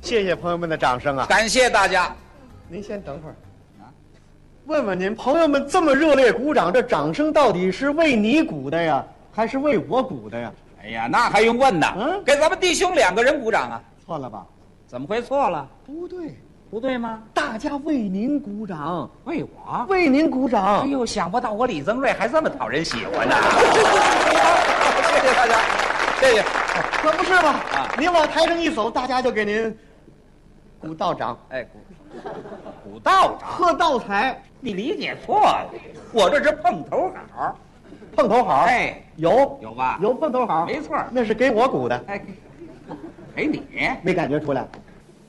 谢谢朋友们的掌声啊！感谢大家。您先等会儿，啊问问您，朋友们这么热烈鼓掌，这掌声到底是为你鼓的呀，还是为我鼓的呀？哎呀，那还用问呢？嗯给咱们弟兄两个人鼓掌啊！错了吧？怎么会错了？不对，不对吗？大家为您鼓掌，为哎我？为您鼓掌。哎呦，想不到我李增瑞还这么讨人喜欢呢！ 谢谢大家，谢谢。可不是嘛！啊您往台上一走，大家就给您鼓道掌、哎，鼓鼓道长，喝道彩、你理解错了，我这是碰头好。碰头好。哎，有有吧有碰头好，没错儿那是给我鼓的，哎，给你。没感觉出来。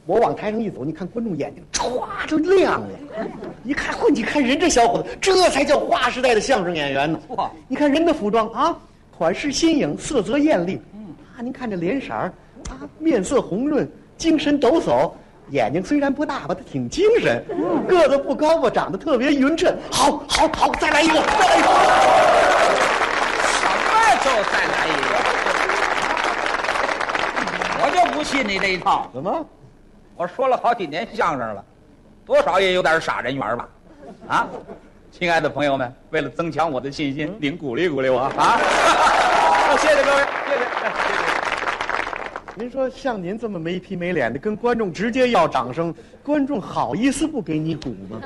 我往台上一走，你看观众眼睛歘就亮了，一看，嚯，你看人这小伙子，这才叫划时代的相声演员呢错。你看人的服装啊，款式新颖，色泽艳丽。啊，您看这脸色儿，啊，面色红润，精神抖擞，眼睛虽然不大吧，他挺精神。个子不高吧，长得特别匀称。好，好，好，再来一个，再来一个。什么时候再来一个？我就不信你这一套！怎么？我说了好几年相声了，多少也有点傻人缘吧？啊，亲爱的朋友们，为了增强我的信心，嗯您鼓励鼓励我啊！ 谢谢各位，谢谢。您说像您这么没皮没脸的，跟观众直接要掌声，观众好意思不给你鼓吗？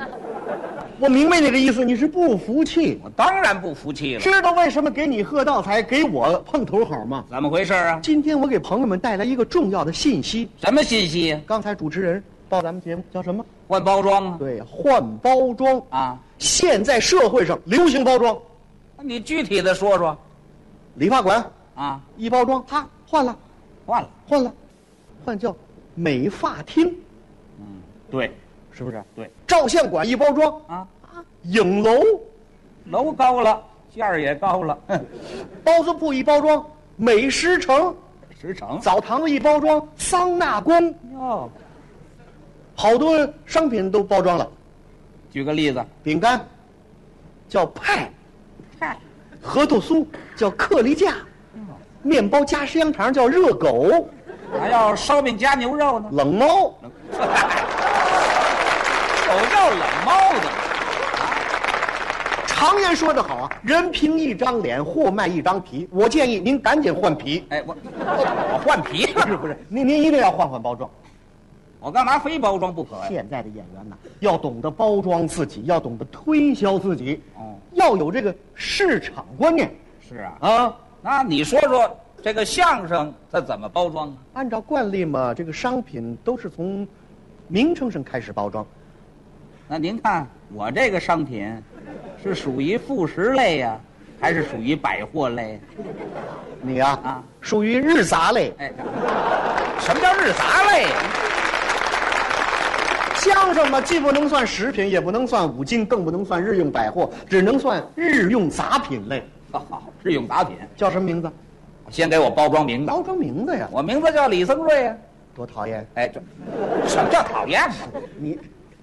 我明白你的意思，你是不服气，我当然不服气了，知道为什么给你喝道才，给我碰头好吗？怎么回事啊？今天我给朋友们带来一个重要的信息，什么信息呀？啊刚才主持人报咱们节目叫什么？换包装啊？对，换包装。啊，现在社会上流行包装，你具体的说说理发馆啊？一包装，啪换了，换了，换了，换叫美发厅，对是不是？对照相馆一包装，啊，影楼楼高了，价儿也高了， 哼，包子铺一包装，美食城实诚澡堂子一包装，桑拿宫哟。好多商品都包装了，举个例子，饼干叫派，嗨，核桃酥叫克力架，面包加香肠叫热狗，还要烧饼加牛肉呢？冷猫有肉冷猫的，常言说得好啊，人凭一张脸，货卖一张皮。我建议您赶紧换皮，哎，我我换皮不是了，不是，您您一定要换换包装。我干嘛非包装不可呀？现在的演员呐，要懂得包装自己，要懂得推销自己，哦要有这个市场观念是啊，啊。那你说说这个相声它怎么包装啊？按照惯例嘛，这个商品都是从名称上开始包装。那您看我这个商品，是属于副食类呀、还是属于百货类？你呀、啊属于日杂类。哎，什么叫日杂类呀、相声嘛，既不能算食品，也不能算五金，更不能算日用百货，只能算日用杂品类。哦日用杂品，叫什么名字？先给我包装名字，包装名字呀，我名字叫李增瑞呀、多讨厌！哎，这什么叫讨厌呢？你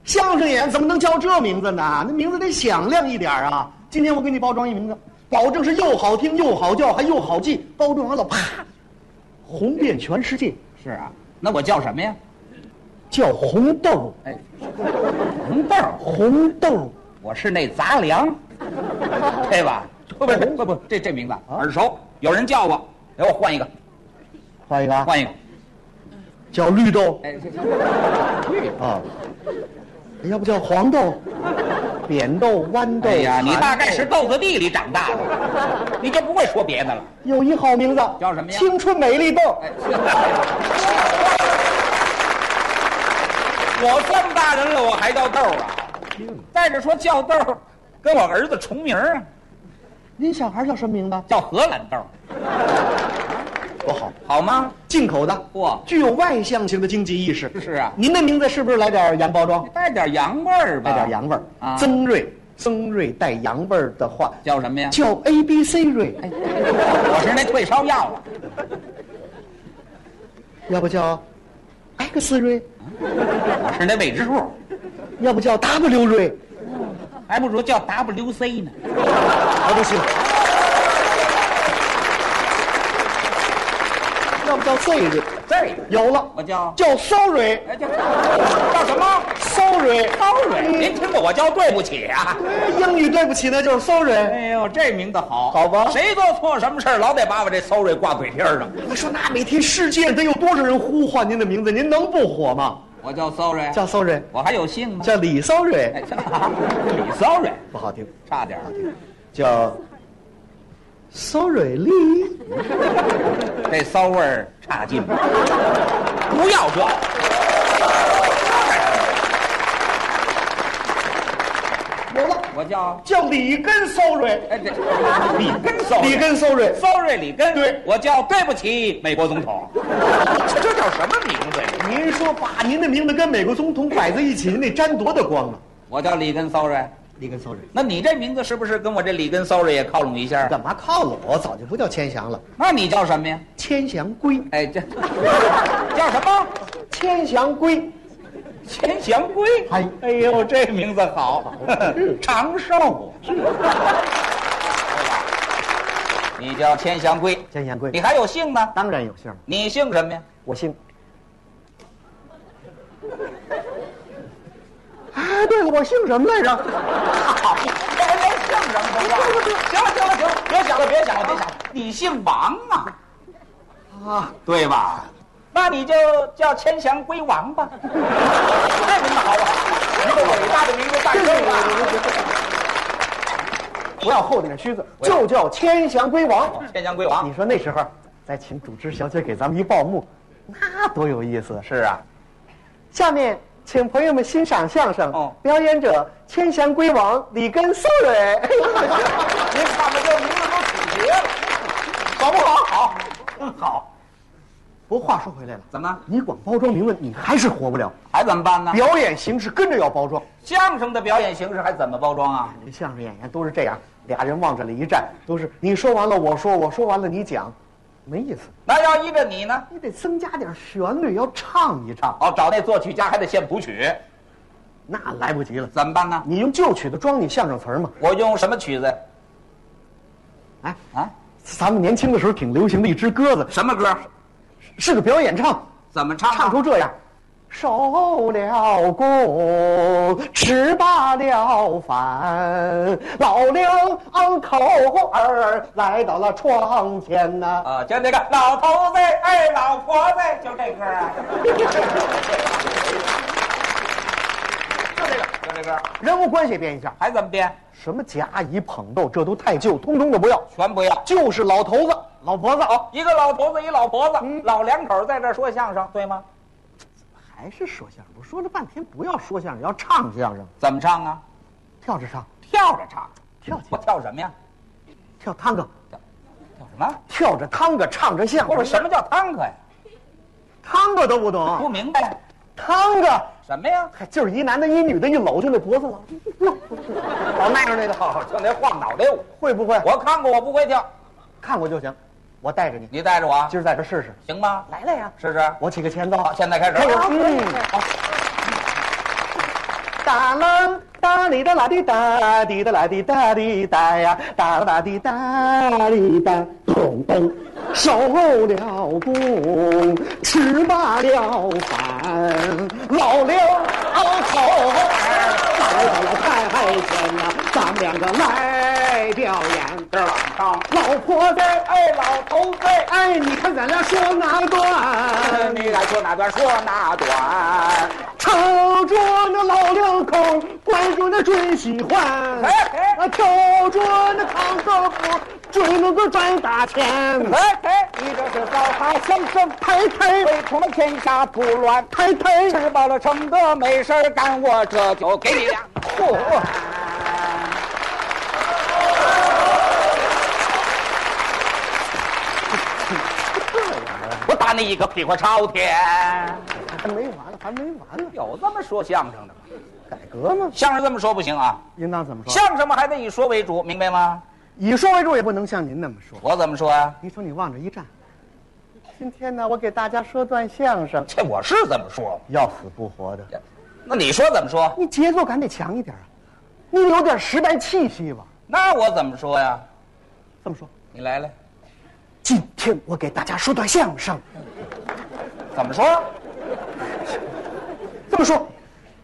相声演员怎么能叫这名字呢？那名字得响亮一点啊！今天我给你包装一名字，保证是又好听又好叫，还又好记。包装完了，啪，红遍全世界，是啊，那我叫什么呀？叫红豆，哎，红豆儿，红豆。我是那 杂粮，对吧？不不哦不不，这这名字啊啊耳熟，有人叫过，给我换一个，换一个啊，换一个。叫绿豆哎， 这啊，哎要不叫黄豆、扁豆、豌豆。哎呀，你蚕大概豆是豆子地里长大的，你就不会说别的了。有一好名字，叫什么呀青春美丽豆。哎， 我这么大人了，我还叫豆儿啊？再者说叫豆儿，跟我儿子重名儿啊，您小孩叫什么名字？叫荷兰豆儿，多好，好吗？进口的，嚯具有外向型的经济意识。是啊您的名字是不是来点洋包装，带点洋味儿吧，带点洋味儿？啊增瑞，增瑞带洋味儿的话，叫什么 呀？叫 A B C 哎瑞，我是那退烧药啊了。要不叫 X 瑞，我是那未知数，要不叫 W 瑞，还不如叫 WC 呢。好都行。要不叫 Z 瑞，这个有了，我叫叫 sorry 哎叫叫什么 sorry。 ？Sorry，您听过我叫对不起啊？哎英语对不起呢，就是 sorry。哎呦，这名字好，好吧谁做错什么事儿，老得把我这 sorry 挂嘴边儿上。你说那每天世界上得有多少人呼唤您的名字，您能不火吗？我叫 sorry，叫 sorry，我还有姓吗？叫李 sorry，哎，叫啊李 sorry，不好听，差点儿。叫 sorry 李。这骚味儿差劲，不要这。有了，我叫叫里根 sorry，哎，这里根骚里根 sorry。 ，sorry 里根，对我叫对不起美国总统，这这叫什么名字呀？您说把您的名字跟美国总统摆在一起，您得沾多大光啊？我叫里根 sorry，里根 sorry，那你这名字是不是跟我这里根 sorry 也靠拢一下？啊干嘛靠拢？我早就不叫千祥了，那你叫什么呀？千祥龟，哎，这 叫什么？千祥龟。钱祥贵。哎哎呦，这名字好，长寿。你叫钱祥贵，千祥你龟，还有姓吗？当然有姓了，你姓什么呀？我姓。哎，对了，我姓什么来着？好，连连姓什么都忘了。行了行了行了，别想了别想了别想了，你姓王啊，啊，对吧？那你就叫千祥归王吧，这名字好不好？一个伟大的名字诞生了。不要厚脸须子，就叫千祥龟王。千祥归王你说那时候，再请主持小姐给咱们一报幕，那多有意思！是啊，下面请朋友们欣赏相声，哦表演者千祥龟王李根素蕊。 您看看这名字都取绝了，好不好？好，嗯好。不过话说回来了，怎么你光包装名字，你还是火不了。还怎么办呢？表演形式跟着要包装。相声的表演形式还怎么包装啊？这相声演员都是这样，俩人往这里一站，都是你说完了我说，我说完了你讲，没意思。那要依着你呢？你得增加点旋律，要唱一唱，哦，找那作曲家还得现谱曲，那来不及了。怎么办呢？你用旧曲子装你相声词儿嘛？我用什么曲子？哎，啊，咱们年轻的时候挺流行的一支鸽子，什么歌？是个表演唱。怎么唱啊？唱出这样。受了功，吃罢了饭，老两口儿来到了窗前呐、啊，就那个老头子，哎，老婆子， 就这歌啊。就这个，就这歌，人物关系编一下，还怎么编？什么甲乙捧逗，这都太旧，通通都不要，全不要。就是老头子、老婆子哦，一个老头子，一老婆子，嗯老两口在这说相声，对吗？还是说相声？我说了半天不要说相声，要唱相声，怎么唱啊？跳着唱，跳着唱。跳起我来，跳什么呀？跳探戈，跳什么？跳着探戈，唱着相我说声，什么叫探戈呀？探戈都不不懂，明白。探戈。什么呀？嗨啊就是一男的，一女的，一搂就那脖子 了，老那样那个，哦，就那晃脑袋舞。会不会？我看过，我不会跳，看过就行，我带着你，你带着我啊，今儿在这试试，行吗？来来呀，试试。我起个前奏，好，现在开始。开始，嗯，好，哒啦哒哩哒啦滴哒滴哒啦滴哒滴哒呀，哒啦哒滴哒哩哒，咚咚，受了功，吃罢了饭，老两口儿来到了台前呐，咱们两个来表演。这儿往上。老婆子，哎，老头子，哎，你看咱俩说哪段？你俩说哪段说哪段。唱着那老两口，管着那准喜欢，哎哎啊，跳着那唱歌舞，准能够赚大钱。哎哎，你这是高喊相哎声，抬抬为什么天下不乱？抬抬，吃饱了撑的没事儿干，我这就给你俩。嚯、我打你一个屁股朝天！还没完了，还没完了，有这么说相声的吗？改革吗？相声这么说不行啊，应当怎么说？相声嘛还得以说为主，明白吗？以说为主，也不能像您那么说。我怎么说啊？您说你往这一站，今天呢，我给大家说段相声，这我是这么说，要死不活的。那你说怎么说？你节奏感得强一点啊，你有点时代气息吧。那我怎么说呀、这么说，你来来，今天我给大家说段相声，怎么说？这么说，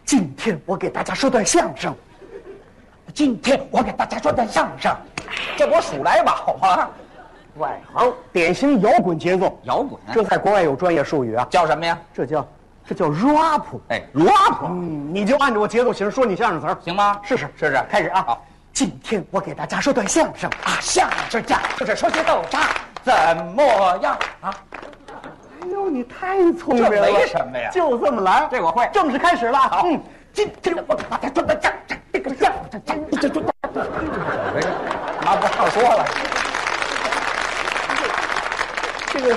今天我给大家说段相声。今天我给大家说段相声，这不数来宝吗？外行典型摇滚节奏，摇滚啊这在国外有专业术语啊，叫什么呀？这叫这叫 rap。哎，rap 嗯，你就按照我节奏型说你相声词儿，行吗？试试试试，开始啊。好，今天我给大家说段相声啊，相声家就是说些豆渣，怎么样啊？哎呦，你太聪明了，这没什么呀就这么来。这我会正式开始了。好嗯，今天我给大家说段相声，这个相声真这这妈不让说了，这个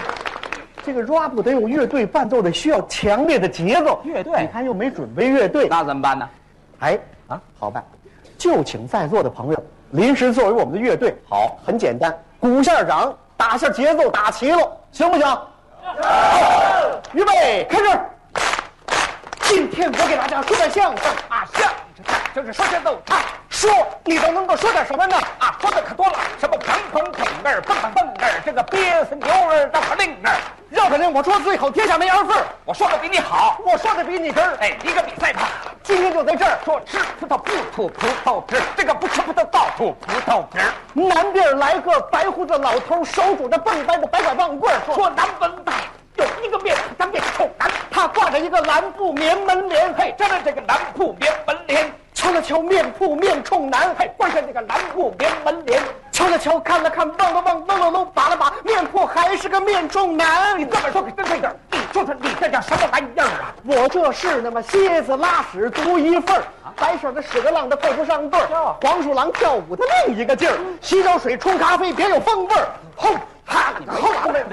这个 rap 得有乐队伴奏的，需要强烈的节奏。乐队你看又没准备乐队，那怎么办呢？哎啊啊，好办，就请在座的朋友临时作为我们的乐队。好很简单，鼓下掌，打下节奏，打齐了，行不行？好，预备，开始。今天我给大家说段相声啊，相声家就是说些豆渣。说你都能够说点什么呢？啊，说的可多了，什么捧捧捧儿，蹦蹦蹦儿，这个憋死牛儿，绕口令儿，绕口令我说最好，天下没二份儿我说的比你好，我说的比你真儿。哎，一个比赛吧。今天就在这儿，说吃葡萄不吐葡萄皮儿，这个不吃葡萄倒吐葡萄皮儿。南边来个白胡子老头，手拄着蹦呆的白拐棒棍儿，说说南门派有一个面，他面臭男，他挂着一个蓝布棉门帘，嘿，嘿，沾了这个南铺棉门帘，敲了敲面铺面冲南，嘿嘿，，关上这个南铺棉门帘。敲了敲，看了看，望了望，搂了搂，把了把，面破还是个面中男。你这么说可真对劲儿，你说说你这叫什么玩意儿啊？我这是那么蝎子拉屎独一份儿，白色的屎个浪的配不上对儿哟，黄鼠狼跳舞的另一个劲儿，洗脚水冲咖啡别有风味儿，轰啪，你后来的，